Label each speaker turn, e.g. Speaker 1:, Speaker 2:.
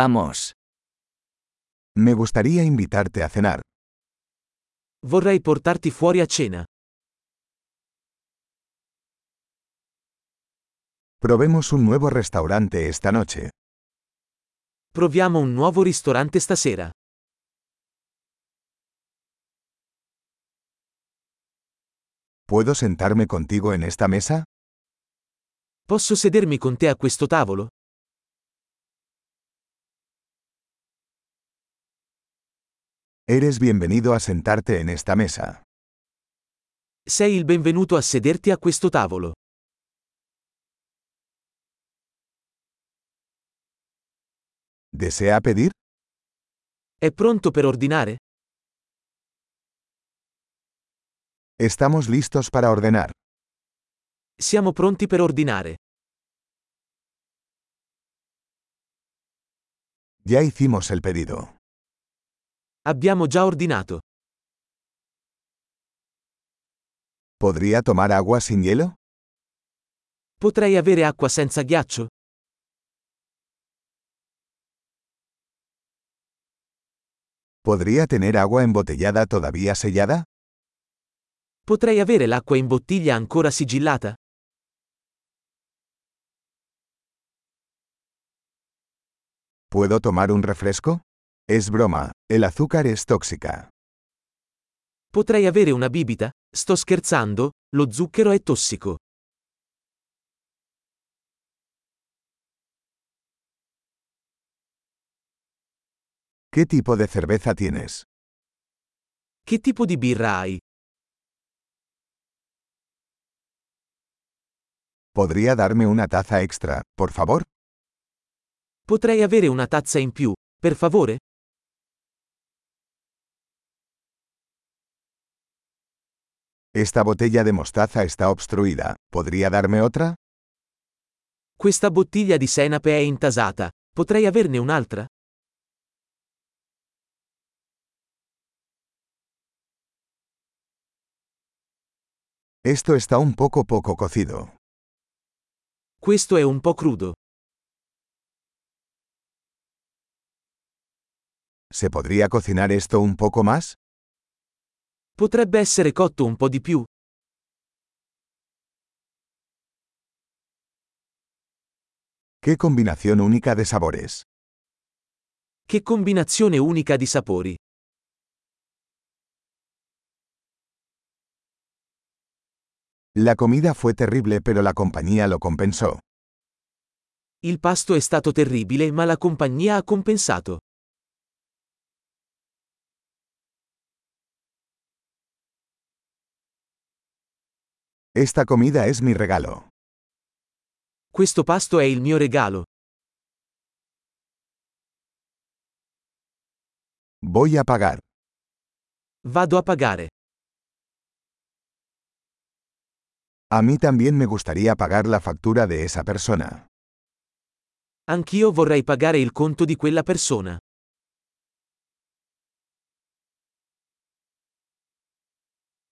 Speaker 1: Vamos.
Speaker 2: Me gustaría invitarte a cenar.
Speaker 1: Vorrei portarti fuori a cena.
Speaker 2: Probemos un nuevo restaurante esta noche.
Speaker 1: Proviamo un nuovo ristorante stasera.
Speaker 2: ¿Puedo sentarme contigo en esta mesa?
Speaker 1: Posso sedermi con te a questo tavolo?
Speaker 2: Eres bienvenido a sentarte en esta mesa.
Speaker 1: Sei il benvenuto a sederti a questo tavolo.
Speaker 2: ¿Desea pedir?
Speaker 1: È pronto per ordinare?
Speaker 2: Estamos listos para ordenar.
Speaker 1: Siamo pronti per ordinare.
Speaker 2: Ya hicimos el pedido.
Speaker 1: Abbiamo già ordinato.
Speaker 2: ¿Podría tomar agua sin hielo?
Speaker 1: Potrei avere acqua senza ghiaccio?
Speaker 2: ¿Podría tener agua embotellada todavía sellada?
Speaker 1: Potrei avere l'acqua in bottiglia ancora sigillata?
Speaker 2: ¿Puedo tomar un refresco? Es broma, el azúcar es tóxica.
Speaker 1: Potrei avere una bibita? Sto scherzando, lo zucchero è tossico.
Speaker 2: ¿Qué tipo de cerveza tienes?
Speaker 1: Che tipo di birra hai?
Speaker 2: ¿Podría darme una taza extra, por favor?
Speaker 1: Potrei avere una tazza in più, per favore?
Speaker 2: Esta botella de mostaza está obstruida. ¿Podría darme otra?
Speaker 1: Questa bottiglia di senape è intasata. Potrei averne un'altra?
Speaker 2: Esto está un poco poco cocido.
Speaker 1: Questo è un po' crudo.
Speaker 2: ¿Se podría cocinar esto un poco más?
Speaker 1: Potrebbe essere cotto un po' di più.
Speaker 2: ¿Qué combinación única de sabores?
Speaker 1: Che combinazione unica di sapori.
Speaker 2: La comida fue terrible pero la compañía lo compensó.
Speaker 1: Il pasto è stato terribile ma la compagnia ha compensato.
Speaker 2: Esta comida es mi regalo.
Speaker 1: Questo pasto è il mio regalo.
Speaker 2: Voy a pagar.
Speaker 1: Vado a pagare.
Speaker 2: A mí también me gustaría pagar la factura de esa persona.
Speaker 1: Anch'io vorrei pagare il conto di quella persona.